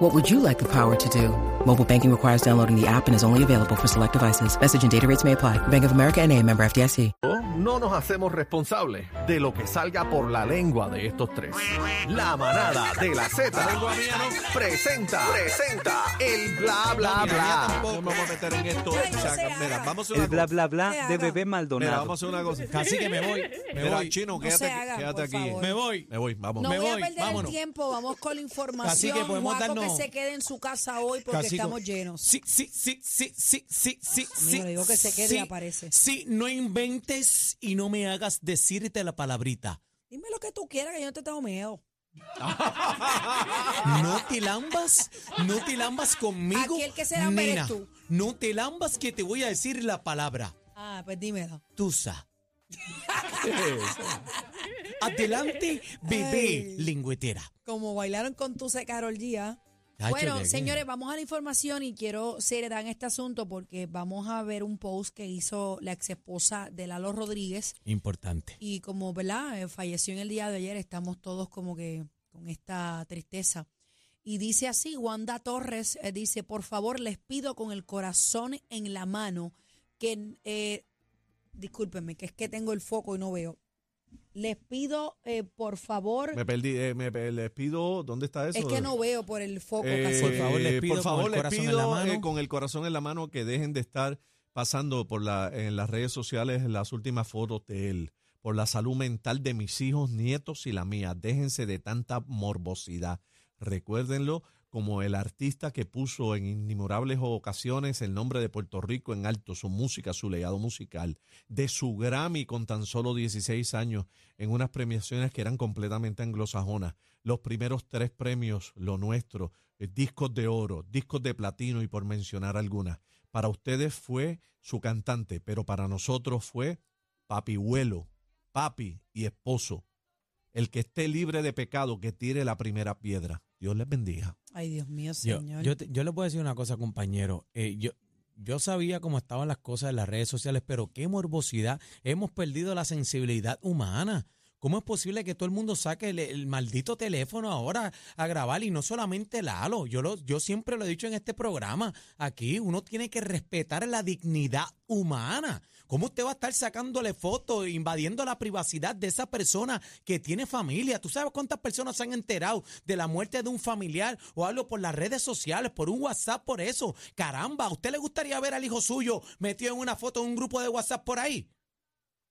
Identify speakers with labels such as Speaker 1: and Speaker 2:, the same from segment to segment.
Speaker 1: What would you like the power to do? Mobile banking requires downloading the app and is only available for select devices. Message and data rates may apply. Bank of America and a member FDIC.
Speaker 2: No nos hacemos responsables de lo que salga por la lengua de estos tres. La manada de la Z presenta, presenta el bla bla bla.
Speaker 3: No me voy a meter en esto.
Speaker 4: Ay, no
Speaker 3: O sea,
Speaker 4: se haga.
Speaker 3: mira, vamos a hacer
Speaker 5: El
Speaker 3: una
Speaker 5: bla
Speaker 3: cosa.
Speaker 5: bla bla
Speaker 4: Te
Speaker 5: de
Speaker 4: haga.
Speaker 5: bebé
Speaker 3: Mira,
Speaker 5: Maldonado.
Speaker 3: vamos a hacer una cosa.
Speaker 6: Así que me voy, me
Speaker 3: Mira,
Speaker 6: voy,
Speaker 3: chino,
Speaker 4: se
Speaker 3: quédate,
Speaker 4: hagan,
Speaker 3: quédate
Speaker 4: por
Speaker 3: aquí.
Speaker 4: favor.
Speaker 6: me voy.
Speaker 3: Me voy, vamos.
Speaker 4: No
Speaker 6: Pues Me
Speaker 4: voy,
Speaker 6: voy,
Speaker 4: a perder
Speaker 6: vámonos.
Speaker 4: el tiempo, vamos con la información.
Speaker 6: Así que podemos
Speaker 4: Juaco
Speaker 6: darnos-
Speaker 4: que se quede en su casa hoy porque
Speaker 6: Casi
Speaker 4: estamos
Speaker 6: co-
Speaker 4: llenos.
Speaker 6: Sí, sí, sí, sí, sí, sí, sí, sí.
Speaker 4: le digo que se quede y
Speaker 6: sí,
Speaker 4: aparece.
Speaker 6: Sí, no inventes y no me hagas decirte la palabrita.
Speaker 4: Dime lo que tú quieras, que yo no te tengo miedo.
Speaker 6: No te lambas, no te lambas conmigo.
Speaker 4: Ah. Aquí el que se lamba eres
Speaker 6: nena.
Speaker 4: tú.
Speaker 6: No te lambas que te voy a decir la palabra.
Speaker 4: Ah, pues dímelo.
Speaker 6: Tusa. Adelante, bebé
Speaker 4: Ay.
Speaker 6: lingüetera.
Speaker 4: Como bailaron con tu Carol Díaz.
Speaker 6: Chacho,
Speaker 4: Bueno,
Speaker 6: que-
Speaker 4: señores, vamos a la información y quiero seriedad en este asunto porque vamos a ver un post que hizo la ex esposa de Lalo Rodríguez.
Speaker 6: Importante.
Speaker 4: Y como, ¿verdad? Eh, Falleció en el día de ayer, estamos todos como que con esta tristeza. Y dice así, Wanda Torres eh, dice, por favor, les pido con el corazón en la mano que, eh, discúlpenme, que es que tengo el foco y no veo. Les pido, eh, por favor,
Speaker 3: Me perdí, eh, me, pe- les pido, ¿dónde está eso?
Speaker 4: es que no veo por el foco.
Speaker 3: Eh,
Speaker 4: casi.
Speaker 6: Por favor, les pido con
Speaker 3: por favor,
Speaker 6: el
Speaker 3: les
Speaker 6: corazón en
Speaker 3: pido,
Speaker 6: la mano.
Speaker 3: eh, con el corazón en la mano que dejen de estar pasando por la, en las redes sociales las últimas fotos de él, por la salud mental de mis hijos, nietos y la mía. Déjense de tanta morbosidad. Recuérdenlo como el artista que puso en innumerables ocasiones el nombre de Puerto Rico en alto, su música, su legado musical, de su Grammy con tan solo 16 años, en unas premiaciones que eran completamente anglosajonas. Los primeros tres premios, lo nuestro, eh, discos de oro, discos de platino y por mencionar algunas. Para ustedes fue su cantante, pero para nosotros fue papihuelo, papi y esposo. El que esté libre de pecado, que tire la primera piedra. Dios les bendiga.
Speaker 4: Ay, Dios mío,
Speaker 6: Yo,
Speaker 4: señor.
Speaker 6: yo, te- yo le puedo decir una cosa, compañero. Eh, yo, yo sabía cómo estaban las cosas en las redes sociales, pero qué morbosidad. Hemos perdido la sensibilidad humana. ¿Cómo es posible que todo el mundo saque el, el maldito teléfono ahora a grabar? Y no solamente Lalo, yo, lo, yo siempre lo he dicho en este programa, aquí uno tiene que respetar la dignidad humana. ¿Cómo usted va a estar sacándole fotos, invadiendo la privacidad de esa persona que tiene familia? ¿Tú sabes cuántas personas se han enterado de la muerte de un familiar o algo por las redes sociales, por un WhatsApp, por eso? Caramba, ¿a usted le gustaría ver al hijo suyo metido en una foto en un grupo de WhatsApp por ahí?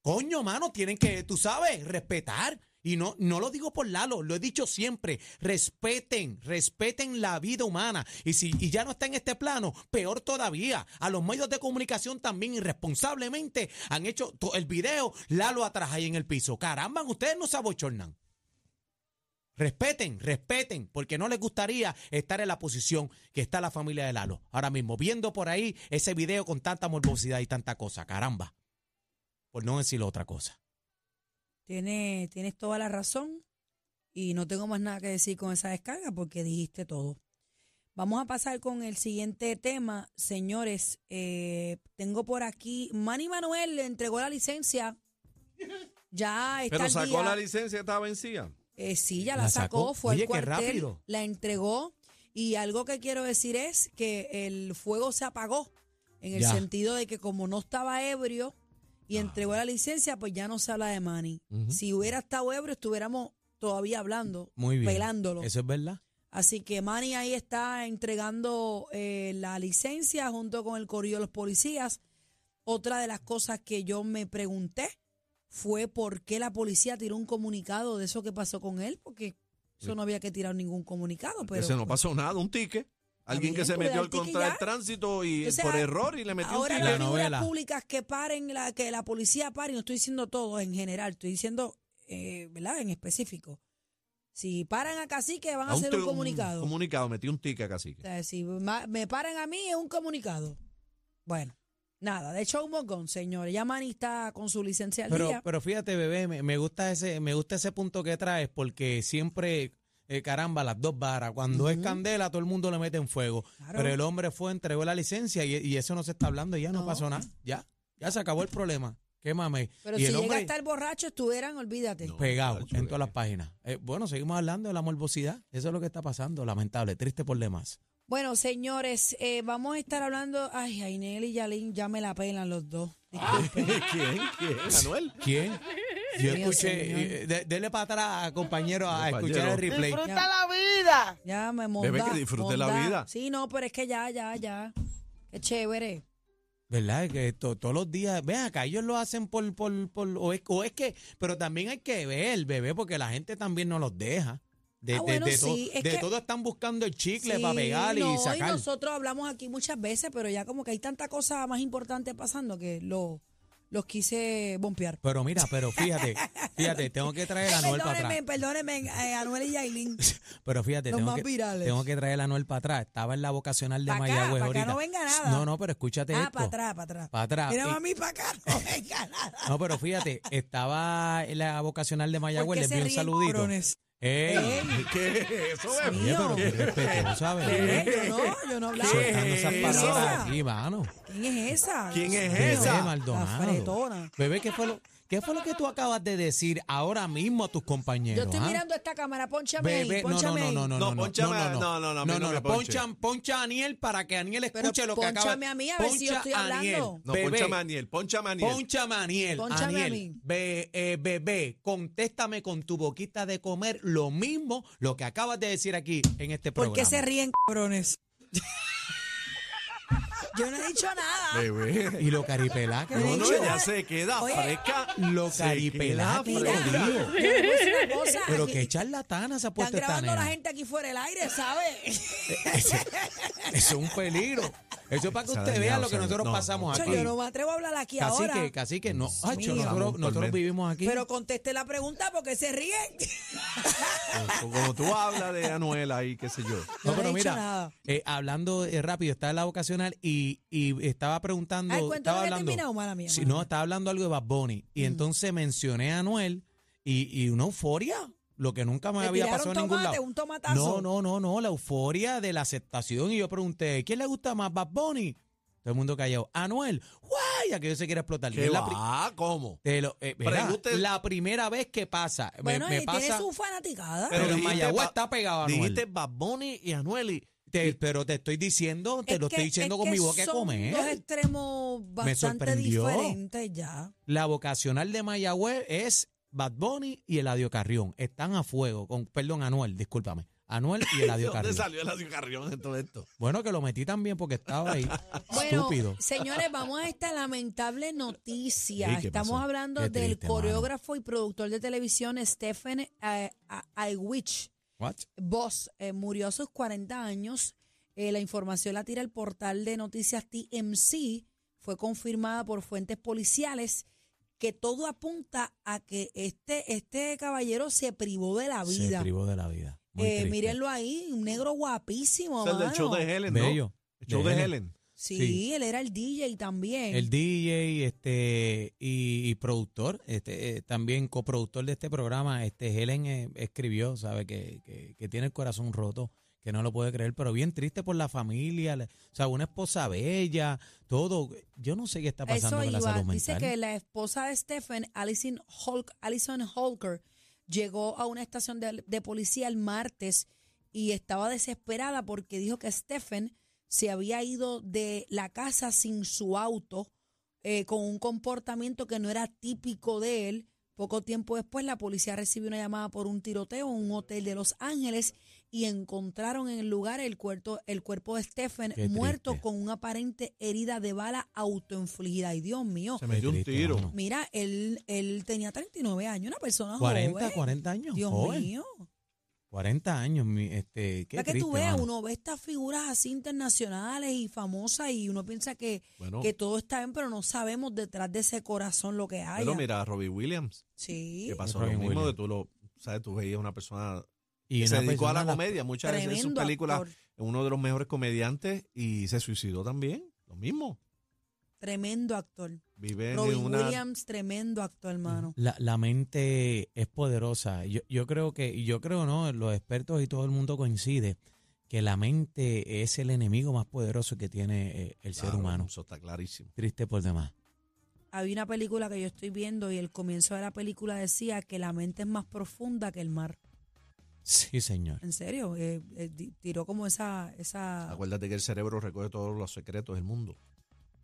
Speaker 6: Coño, mano, tienen que, tú sabes, respetar. Y no, no lo digo por Lalo, lo he dicho siempre. Respeten, respeten la vida humana. Y si y ya no está en este plano, peor todavía. A los medios de comunicación también irresponsablemente han hecho to- el video, Lalo atrás ahí en el piso. Caramba, ustedes no se abochornan. Respeten, respeten, porque no les gustaría estar en la posición que está la familia de Lalo. Ahora mismo, viendo por ahí ese video con tanta morbosidad y tanta cosa. Caramba por no decir otra cosa.
Speaker 4: Tiene- tienes toda la razón y no tengo más nada que decir con esa descarga porque dijiste todo. Vamos a pasar con el siguiente tema, señores. eh, tengo por aquí, Manny Manuel le entregó la licencia. Ya está
Speaker 3: Pero
Speaker 4: al
Speaker 3: sacó
Speaker 4: día.
Speaker 3: la licencia, estaba vencida.
Speaker 4: Eh, sí, ya la,
Speaker 6: La
Speaker 4: sacó,
Speaker 6: sacó.
Speaker 4: fue al
Speaker 6: Oye, qué
Speaker 4: cuartel,
Speaker 6: rápido.
Speaker 4: la entregó y algo que quiero decir es que el fuego se apagó en el
Speaker 6: Ya.
Speaker 4: sentido de que como no estaba ebrio y entregó la licencia, pues ya no se habla de Manny.
Speaker 3: Ujú.
Speaker 4: Si hubiera estado ebrio, estuviéramos todavía hablando,
Speaker 6: Muy bien.
Speaker 4: pelándolo.
Speaker 6: Eso es verdad.
Speaker 4: Así que Manny ahí está entregando eh, la licencia junto con el corrillo de los policías. Otra de las cosas que yo me pregunté fue por qué la policía tiró un comunicado de eso que pasó con él, porque eso no había que tirar ningún comunicado. Pero
Speaker 3: Ese no pasó nada, un ticket. Alguien
Speaker 4: bien,
Speaker 3: que se
Speaker 4: pues,
Speaker 3: metió
Speaker 4: al
Speaker 3: al
Speaker 4: ticket
Speaker 3: contra
Speaker 4: ya.
Speaker 3: el tránsito y
Speaker 4: Entonces,
Speaker 3: por
Speaker 4: ah,
Speaker 3: error y le metió un
Speaker 4: ahora
Speaker 3: ticket.
Speaker 4: las
Speaker 6: La novela.
Speaker 4: figuras públicas que paren, la, que la policía pare, no estoy diciendo todo en general, estoy diciendo, eh, ¿verdad? En específico. Si paran a Cacique van a,
Speaker 3: A
Speaker 4: hacer
Speaker 3: tri-
Speaker 4: un comunicado.
Speaker 3: comunicado, metió un ticket a
Speaker 4: O
Speaker 3: Cacique.
Speaker 4: sea, si ma- me paran a mí es un comunicado. Bueno, Nada, de show must go on, señores. Ya Manny está con su licencia al
Speaker 6: Pero,
Speaker 4: día.
Speaker 6: pero fíjate, bebé, me, me gusta ese, me gusta ese punto que traes porque siempre, eh, caramba, las dos varas. Cuando es candela, todo el mundo le mete en fuego.
Speaker 4: Claro.
Speaker 6: Pero el hombre fue, entregó la licencia y, y eso no se está hablando. Ya no,
Speaker 4: No.
Speaker 6: pasó nada. Ya, ya se acabó el problema. Qué mame.
Speaker 4: Pero
Speaker 6: y
Speaker 4: si
Speaker 6: el
Speaker 4: llega a
Speaker 6: hombre
Speaker 4: estar borracho, estuvieran, olvídate.
Speaker 3: No.
Speaker 6: pegado
Speaker 3: Chacho,
Speaker 6: en todas las
Speaker 3: bebé.
Speaker 6: páginas. Eh, bueno, seguimos hablando de la morbosidad. Eso es lo que está pasando. Lamentable, triste por demás.
Speaker 4: Bueno, señores, eh, vamos a estar hablando. Ay, Ainel y Yalín ya me la pelan los dos. Disculpen.
Speaker 3: ¿Quién? ¿Quién? ¿Anuel?
Speaker 6: ¿Quién? Yo
Speaker 4: Mío, señor.
Speaker 6: escuché, eh, de- dele para atrás, compañero, a
Speaker 3: Compañero.
Speaker 6: escuchar el replay.
Speaker 5: Disfruta la vida.
Speaker 4: Ya me monda,
Speaker 3: Bebé, que disfrute la
Speaker 4: monda.
Speaker 3: vida.
Speaker 4: Sí, no, pero es que ya, ya, ya. Qué chévere.
Speaker 6: ¿Verdad? Es Que to- todos los días, vean acá, ellos lo hacen por, por, por o, es, o es que, pero también hay que ver, bebé, porque la gente también no los deja. De,
Speaker 4: Ah,
Speaker 6: de-
Speaker 4: bueno,
Speaker 6: de to-
Speaker 4: sí, es
Speaker 6: de
Speaker 4: que-
Speaker 6: todo están buscando el chicle
Speaker 4: Sí,
Speaker 6: para pegar y
Speaker 4: no,
Speaker 6: sacar.
Speaker 4: nosotros hablamos aquí muchas veces, pero ya como que hay tanta cosa más importante pasando que lo, los quise bompear.
Speaker 6: Pero mira, pero fíjate, fíjate, tengo que traer a Eh, Anuel para atrás.
Speaker 4: Perdónenme, perdónenme, eh, Anuel y Yailin.
Speaker 6: Pero fíjate,
Speaker 4: Los
Speaker 6: tengo
Speaker 4: más
Speaker 6: que,
Speaker 4: virales.
Speaker 6: tengo que traer a Anuel para atrás. Estaba en la vocacional de
Speaker 4: Pa' acá,
Speaker 6: Mayagüez
Speaker 4: pa' acá
Speaker 6: ahorita.
Speaker 4: no venga nada.
Speaker 6: No, no, pero escúchate
Speaker 4: Ah,
Speaker 6: esto.
Speaker 4: para atrás, para atrás.
Speaker 6: Para atrás. Eh.
Speaker 4: Mira,
Speaker 6: Y-
Speaker 4: mami, para acá no venga nada.
Speaker 6: No, pero fíjate, estaba en la vocacional de
Speaker 4: ¿Por
Speaker 6: Mayagüez,
Speaker 4: qué
Speaker 6: les
Speaker 4: se
Speaker 6: vi un
Speaker 4: ríen,
Speaker 6: saludito. Eh,
Speaker 4: cabrones? Eh,
Speaker 6: Ey,
Speaker 4: Ey,
Speaker 3: ¿Qué es eso,
Speaker 6: oye,
Speaker 3: bebé?
Speaker 6: pero
Speaker 4: mío.
Speaker 6: qué respeto, ¿sabes?
Speaker 4: Bebé, yo no, yo no hablaba.
Speaker 6: Soltando esas
Speaker 4: ¿Quién es
Speaker 6: palabras
Speaker 4: esa?
Speaker 6: aquí, mano.
Speaker 4: ¿Quién es esa?
Speaker 3: ¿Quién es
Speaker 4: Dios mío.
Speaker 3: esa?
Speaker 6: Bebé
Speaker 4: La
Speaker 6: Maldonado.
Speaker 4: fretona.
Speaker 6: Bebé, ¿qué fue, lo, ¿qué fue lo que tú acabas de decir ahora mismo a tus compañeros?
Speaker 4: Yo estoy
Speaker 6: ah?
Speaker 4: mirando esta cámara, ponchame ahí,
Speaker 6: Bebé, no, no,
Speaker 4: ponchame
Speaker 6: no,
Speaker 4: ahí.
Speaker 6: no, no, no, no,
Speaker 3: No, ponchame a-
Speaker 6: no,
Speaker 3: no, no, no, a mí no me ponche.
Speaker 6: ponchan- poncha a Aniel para que Aniel
Speaker 4: Pero
Speaker 6: escuche lo que acaba.
Speaker 4: ponchame a mí, a ver si yo
Speaker 6: Poncha
Speaker 4: estoy
Speaker 6: a Aniel.
Speaker 4: hablando.
Speaker 3: No,
Speaker 6: Bebé,
Speaker 3: ponchame a Aniel, ponchame a Aniel.
Speaker 6: Ponchame a Aniel.
Speaker 4: Pónchame a
Speaker 6: Aniel,
Speaker 4: mí.
Speaker 6: be- eh, bebé, contéstame con tu boquita de comer lo mismo, lo que acabas de decir aquí en este
Speaker 4: ¿Por
Speaker 6: programa.
Speaker 4: qué se ríen, cabrones? Yo no he dicho nada.
Speaker 3: Bebé.
Speaker 6: Y lo caripelá que
Speaker 4: No,
Speaker 6: le
Speaker 3: No,
Speaker 6: he
Speaker 3: no,
Speaker 6: dicho.
Speaker 3: ya se queda
Speaker 4: Oye.
Speaker 3: fresca.
Speaker 6: Lo
Speaker 3: Se queda
Speaker 6: caripelá,
Speaker 4: Mira,
Speaker 3: fresca.
Speaker 4: yo no sé una cosa,
Speaker 6: Pero
Speaker 4: aquí-
Speaker 6: que charlatana se ha
Speaker 4: Están
Speaker 6: puesto esta
Speaker 4: grabando
Speaker 6: nena.
Speaker 4: la gente aquí fuera del aire, ¿sabes?
Speaker 6: Eso, eso es un peligro. Eso es para que
Speaker 3: Se ha
Speaker 6: usted vea
Speaker 3: dañado,
Speaker 6: lo que
Speaker 3: se ha-
Speaker 6: nosotros
Speaker 3: no,
Speaker 6: pasamos
Speaker 4: Yo,
Speaker 6: aquí.
Speaker 4: yo no me atrevo a hablar aquí ahora.
Speaker 6: Cacique, cacique, no. Hacho,
Speaker 4: mío.
Speaker 6: nosotros, nosotros
Speaker 3: Tormenta.
Speaker 6: vivimos aquí.
Speaker 4: Pero conteste la pregunta porque se ríen.
Speaker 3: Como- Como tú hablas de Anuel ahí, qué sé yo.
Speaker 4: Yo
Speaker 6: no,
Speaker 4: no
Speaker 6: pero
Speaker 4: he dicho
Speaker 6: mira,
Speaker 4: nada.
Speaker 6: eh, hablando eh, rápido, estaba en la vocacional y, y estaba preguntando.
Speaker 4: Ay, cuéntame
Speaker 6: estaba
Speaker 4: que
Speaker 6: hablando,
Speaker 4: termina, o mala mía,
Speaker 6: Sí,
Speaker 4: mala
Speaker 6: no,
Speaker 4: mía.
Speaker 6: estaba hablando algo de Bad Bunny.
Speaker 4: Mm.
Speaker 6: Y entonces mencioné a Anuel y, y una euforia. Lo que nunca me
Speaker 4: Le
Speaker 6: había
Speaker 4: tiraron
Speaker 6: pasado en ningún
Speaker 4: tomate,
Speaker 6: lado.
Speaker 4: un tomatazo.
Speaker 6: No, no, no, no. La euforia de la aceptación. Y yo pregunté, ¿quién le gusta más, Bad Bunny? Todo el mundo callado. Anuel, guay, aquello se quiere explotar.
Speaker 3: ¿Qué
Speaker 6: Es la pri-
Speaker 3: va? ¿Cómo?
Speaker 6: te lo- eh, verá,
Speaker 3: Pregunte-
Speaker 6: la primera vez que pasa. Me-
Speaker 4: bueno,
Speaker 6: me,
Speaker 4: y
Speaker 6: pasa.
Speaker 4: tiene su fanaticada.
Speaker 6: Pero en
Speaker 3: dijiste
Speaker 6: Mayagüez
Speaker 3: Ba-
Speaker 6: está pegado a Anuel.
Speaker 3: Dijiste Bad Bunny y Anuel y...
Speaker 6: Te- pero te estoy diciendo, te
Speaker 4: Es
Speaker 6: lo
Speaker 4: que-
Speaker 6: estoy diciendo
Speaker 4: es
Speaker 6: con
Speaker 4: que
Speaker 6: mi boca de
Speaker 4: son
Speaker 6: comer.
Speaker 4: Dos extremos bastante
Speaker 6: sorprendió.
Speaker 4: diferentes ya.
Speaker 6: La vocacional de Mayagüez es Bad Bunny y Eladio Carrión. Están a fuego. Con, perdón, Anuel, discúlpame. Anuel y
Speaker 3: ¿De
Speaker 6: Eladio
Speaker 3: dónde
Speaker 6: Carrión.
Speaker 3: salió el Eladio Carrión en todo esto?
Speaker 6: Bueno, que lo metí también porque estaba ahí.
Speaker 4: Bueno,
Speaker 6: Estúpido.
Speaker 4: señores, vamos a esta lamentable noticia.
Speaker 3: Ey, ¿qué
Speaker 4: Estamos
Speaker 3: pasó?
Speaker 4: hablando
Speaker 6: Qué
Speaker 4: del
Speaker 6: triste,
Speaker 4: coreógrafo y productor de televisión Stephen eh, A- Iwich.
Speaker 6: What?
Speaker 4: Voss eh, murió a sus 40 años. Eh, la información la tira el portal de noticias TMC. Fue confirmada por fuentes policiales que todo apunta a que este, este caballero se privó de la
Speaker 6: Se
Speaker 4: vida.
Speaker 6: privó de la vida. Muy
Speaker 4: Eh,
Speaker 6: triste.
Speaker 4: mírenlo ahí, un negro guapísimo.
Speaker 3: Es el del show
Speaker 4: mano.
Speaker 3: de Helen, ¿no?
Speaker 6: Bello.
Speaker 3: El show de Helen.
Speaker 4: Sí,
Speaker 6: sí.
Speaker 4: él era el DJ también.
Speaker 6: El DJ este, y, y productor, este, eh, también coproductor de este programa, este Helen eh, escribió, sabe que, que- que tiene el corazón roto, que no lo puede creer, pero bien triste por la familia, la- o sea, una esposa bella, todo. Yo no sé qué está pasando
Speaker 4: Eso
Speaker 6: con la salud
Speaker 4: iba.
Speaker 6: mental.
Speaker 4: Dice que la esposa de Stephen, Allison, Hulk, Allison Holker, llegó a una estación de, de policía el martes y estaba desesperada porque dijo que Stephen se había ido de la casa sin su auto, eh, con un comportamiento que no era típico de él. Poco tiempo después, la policía recibió una llamada por un tiroteo en un hotel de Los Ángeles y encontraron en el lugar el cuerpo, el cuerpo de Stephen
Speaker 6: Qué
Speaker 4: muerto
Speaker 6: triste.
Speaker 4: con una aparente herida de bala autoinfligida. Ay, Dios mío.
Speaker 3: Se metió un
Speaker 6: triste,
Speaker 3: tiro.
Speaker 6: mano.
Speaker 4: Mira, él, él tenía 39 años, una persona
Speaker 6: 40,
Speaker 4: joven.
Speaker 6: 40 años.
Speaker 4: Dios
Speaker 6: joven.
Speaker 4: mío.
Speaker 6: 40 años, mi- este, qué
Speaker 4: Para que tú
Speaker 6: triste,
Speaker 4: veas,
Speaker 6: mano.
Speaker 4: uno ve estas figuras así internacionales y famosas y uno piensa que,
Speaker 3: Bueno,
Speaker 4: que todo está bien, pero no sabemos detrás de ese corazón lo que hay.
Speaker 3: bueno, mira, Robbie Williams.
Speaker 4: sí,
Speaker 3: Que pasó lo
Speaker 6: Robin
Speaker 3: mismo
Speaker 6: Williams.
Speaker 3: de tú lo... ¿Sabes? Tú veías una persona
Speaker 6: Y
Speaker 3: que se
Speaker 6: una
Speaker 3: dedicó a
Speaker 6: persona
Speaker 3: la
Speaker 6: la-
Speaker 3: comedia. Muchas veces en sus
Speaker 4: tremendo
Speaker 3: películas
Speaker 4: actor.
Speaker 3: uno de los mejores comediantes y se suicidó también. Lo mismo.
Speaker 4: Tremendo actor.
Speaker 3: Viven
Speaker 4: Robin
Speaker 3: en una.
Speaker 4: Williams, tremendo actor, hermano.
Speaker 6: La, la mente es poderosa. Yo, yo creo que, y yo creo, ¿no? Los expertos y todo el mundo coincide que la mente es el enemigo más poderoso que tiene eh, el ser
Speaker 3: Claro,
Speaker 6: humano.
Speaker 3: Eso está clarísimo.
Speaker 6: Triste por demás.
Speaker 4: Había una película que yo estoy viendo y el comienzo de la película decía que la mente es más profunda que el mar.
Speaker 6: Sí, señor.
Speaker 4: En serio, eh, eh, di- tiró como esa, esa
Speaker 3: Acuérdate que el cerebro recoge todos los secretos del mundo.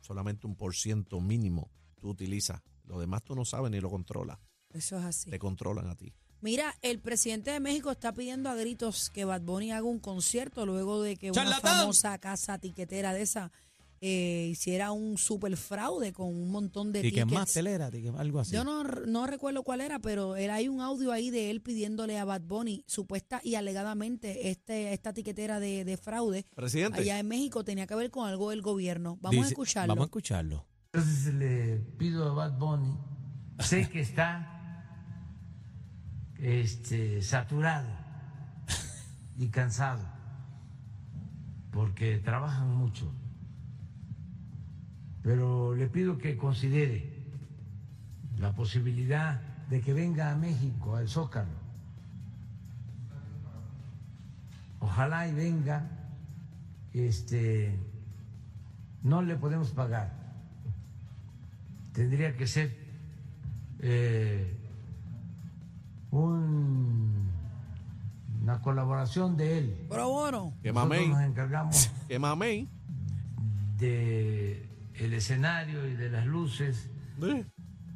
Speaker 3: Solamente un por ciento mínimo tú utilizas. Lo demás tú no sabes ni lo controlas.
Speaker 4: eso es así.
Speaker 3: Te controlan a ti.
Speaker 4: Mira, el presidente de México está pidiendo a gritos que Bad Bunny haga un concierto luego de que
Speaker 6: ¡Charlatán!
Speaker 4: una famosa casa tiquetera de esa eh, hiciera un super fraude con un montón de
Speaker 6: Y que es
Speaker 4: tickets.
Speaker 6: más telera, ticket- algo así.
Speaker 4: Yo no, r- no recuerdo cuál era, pero él, hay un audio ahí de él pidiéndole a Bad Bunny, supuesta y alegadamente, este, esta tiquetera de, de fraude
Speaker 3: Presidente.
Speaker 4: allá en México tenía que ver con algo del gobierno. Vamos a
Speaker 6: Dice-
Speaker 4: escucharlo.
Speaker 6: Vamos a escucharlo.
Speaker 5: Entonces le pido a Bad Bunny, sé que está este, saturado y cansado, porque trabajan mucho, pero le pido que considere la posibilidad de que venga a México, al Zócalo. Ojalá y venga, este, no le podemos pagar tendría que ser eh, un- una colaboración de él.
Speaker 4: Pero bueno,
Speaker 3: Que
Speaker 5: Nosotros
Speaker 3: mamey.
Speaker 5: nos encargamos
Speaker 3: Que mamey.
Speaker 5: de el escenario y de las luces.
Speaker 3: Eh,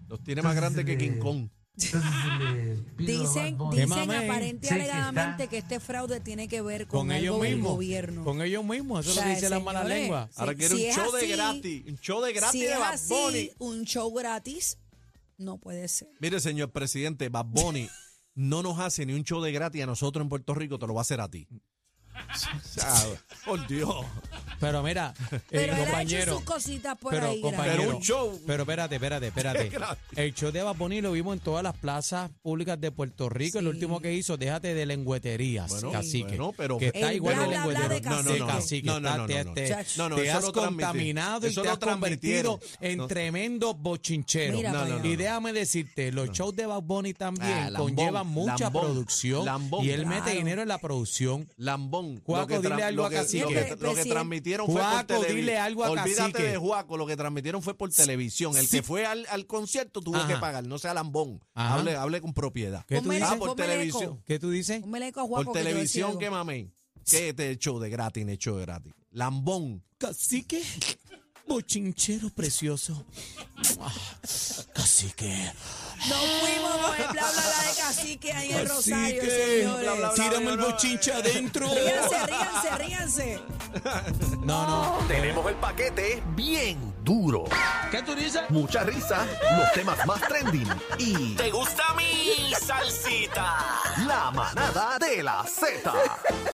Speaker 3: Los tiene más grandes que King Kong.
Speaker 5: Entonces le pido a
Speaker 4: dicen,
Speaker 5: Bad Bunny-
Speaker 4: dicen
Speaker 6: mamen.
Speaker 4: aparente y
Speaker 5: Sí, que
Speaker 4: alegadamente
Speaker 5: está.
Speaker 4: que este fraude tiene que ver con,
Speaker 6: Con
Speaker 4: algo
Speaker 6: ellos
Speaker 4: del
Speaker 6: mismos.
Speaker 4: gobierno.
Speaker 6: Con ellos mismos. Eso
Speaker 4: O
Speaker 6: lo
Speaker 4: sea,
Speaker 6: dice la mala
Speaker 4: señores,
Speaker 6: lengua.
Speaker 4: sí,
Speaker 3: Ahora quiere
Speaker 4: si
Speaker 3: un
Speaker 4: es
Speaker 3: show de
Speaker 4: así,
Speaker 3: gratis. Un show de gratis
Speaker 4: si
Speaker 3: de
Speaker 4: es
Speaker 3: Bad
Speaker 4: así,
Speaker 3: Bunny. Eh,
Speaker 4: un show gratis no puede ser.
Speaker 3: Mire, señor presidente, Bad Bunny no nos hace ni un show de gratis a nosotros en Puerto Rico, te lo va a hacer a ti. O sea, por Dios.
Speaker 6: Pero mira,
Speaker 4: Pero
Speaker 6: eh,
Speaker 4: él ha hecho
Speaker 6: compañero.
Speaker 4: sus cositas por
Speaker 6: pero,
Speaker 4: ahí.
Speaker 6: compañero,
Speaker 4: gratis.
Speaker 3: Pero un show.
Speaker 6: Pero espérate, espérate, espérate.
Speaker 3: Gratis.
Speaker 6: el show de Bad Bunny lo vimos en todas las plazas públicas de Puerto Rico. El
Speaker 4: Sí.
Speaker 6: último que hizo, déjate de lengüeterías,
Speaker 3: Bueno,
Speaker 6: cacique.
Speaker 3: bueno, pero-
Speaker 6: que está
Speaker 4: El
Speaker 6: igual
Speaker 4: bla,
Speaker 6: de
Speaker 4: bla, bla de
Speaker 6: lengüetero. No,
Speaker 4: cacique.
Speaker 6: no, no, cacique,
Speaker 3: no, no,
Speaker 6: está-
Speaker 3: no,
Speaker 6: te,
Speaker 3: no,
Speaker 6: te-
Speaker 4: Chacho.
Speaker 3: No, no,
Speaker 6: te
Speaker 3: eso
Speaker 6: has
Speaker 3: lo transmití.
Speaker 6: contaminado y
Speaker 3: Eso
Speaker 6: te
Speaker 3: lo
Speaker 6: has convertido
Speaker 3: transmitieron.
Speaker 6: en
Speaker 3: No.
Speaker 6: tremendo bochinchero.
Speaker 4: Mira No, para no, allá. no,
Speaker 6: Y
Speaker 4: no.
Speaker 6: déjame decirte, los shows de Bad Bunny también
Speaker 3: Ah, lambón,
Speaker 6: conllevan mucha
Speaker 3: lambón,
Speaker 6: producción.
Speaker 3: lambón.
Speaker 6: y él mete
Speaker 4: Claro.
Speaker 6: dinero en la producción.
Speaker 3: Lambón.
Speaker 6: Juaco,
Speaker 3: tra-
Speaker 6: dile algo
Speaker 3: lo
Speaker 6: a
Speaker 3: que-
Speaker 6: Cacique.
Speaker 3: lo que,
Speaker 4: Siempre,
Speaker 3: lo que
Speaker 4: presidente.
Speaker 3: transmitieron fue por
Speaker 6: Juaco,
Speaker 3: televisión.
Speaker 6: dile algo a
Speaker 3: Olvídate
Speaker 6: Cacique.
Speaker 3: de Juaco, lo que transmitieron fue por televisión. El que fue al, al concierto tuvo
Speaker 6: Ajá.
Speaker 3: que pagar, no sea lambón.
Speaker 6: Ajá.
Speaker 3: Hable, hable con propiedad.
Speaker 6: ¿Qué tú
Speaker 4: Pónmele-
Speaker 6: dices? Ah,
Speaker 3: por
Speaker 4: pónmele
Speaker 3: televisión.
Speaker 4: eco.
Speaker 6: ¿Qué tú dices?
Speaker 4: Pónmele eco a Juaco,
Speaker 3: Por
Speaker 4: que te voy a decir
Speaker 3: televisión,
Speaker 4: algo.
Speaker 3: que mamén. ¿Qué te echó de gratis, ni echó de gratis? Lambón.
Speaker 6: Cacique, bochinchero precioso. Cacique.
Speaker 4: No fuimos con el bla bla bla de cacique ahí en el
Speaker 6: Cacique,
Speaker 4: Rosario, señores.
Speaker 3: bla, bla, bla.
Speaker 6: tírame el bochinche adentro.
Speaker 4: Ríanse, ríanse, ríanse.
Speaker 6: No, no.
Speaker 2: Tenemos el paquete bien duro.
Speaker 6: ¿Qué tú dices?
Speaker 2: Mucha risa, los temas más trending y... ¿Te gusta mi salsita? La manada de la Z.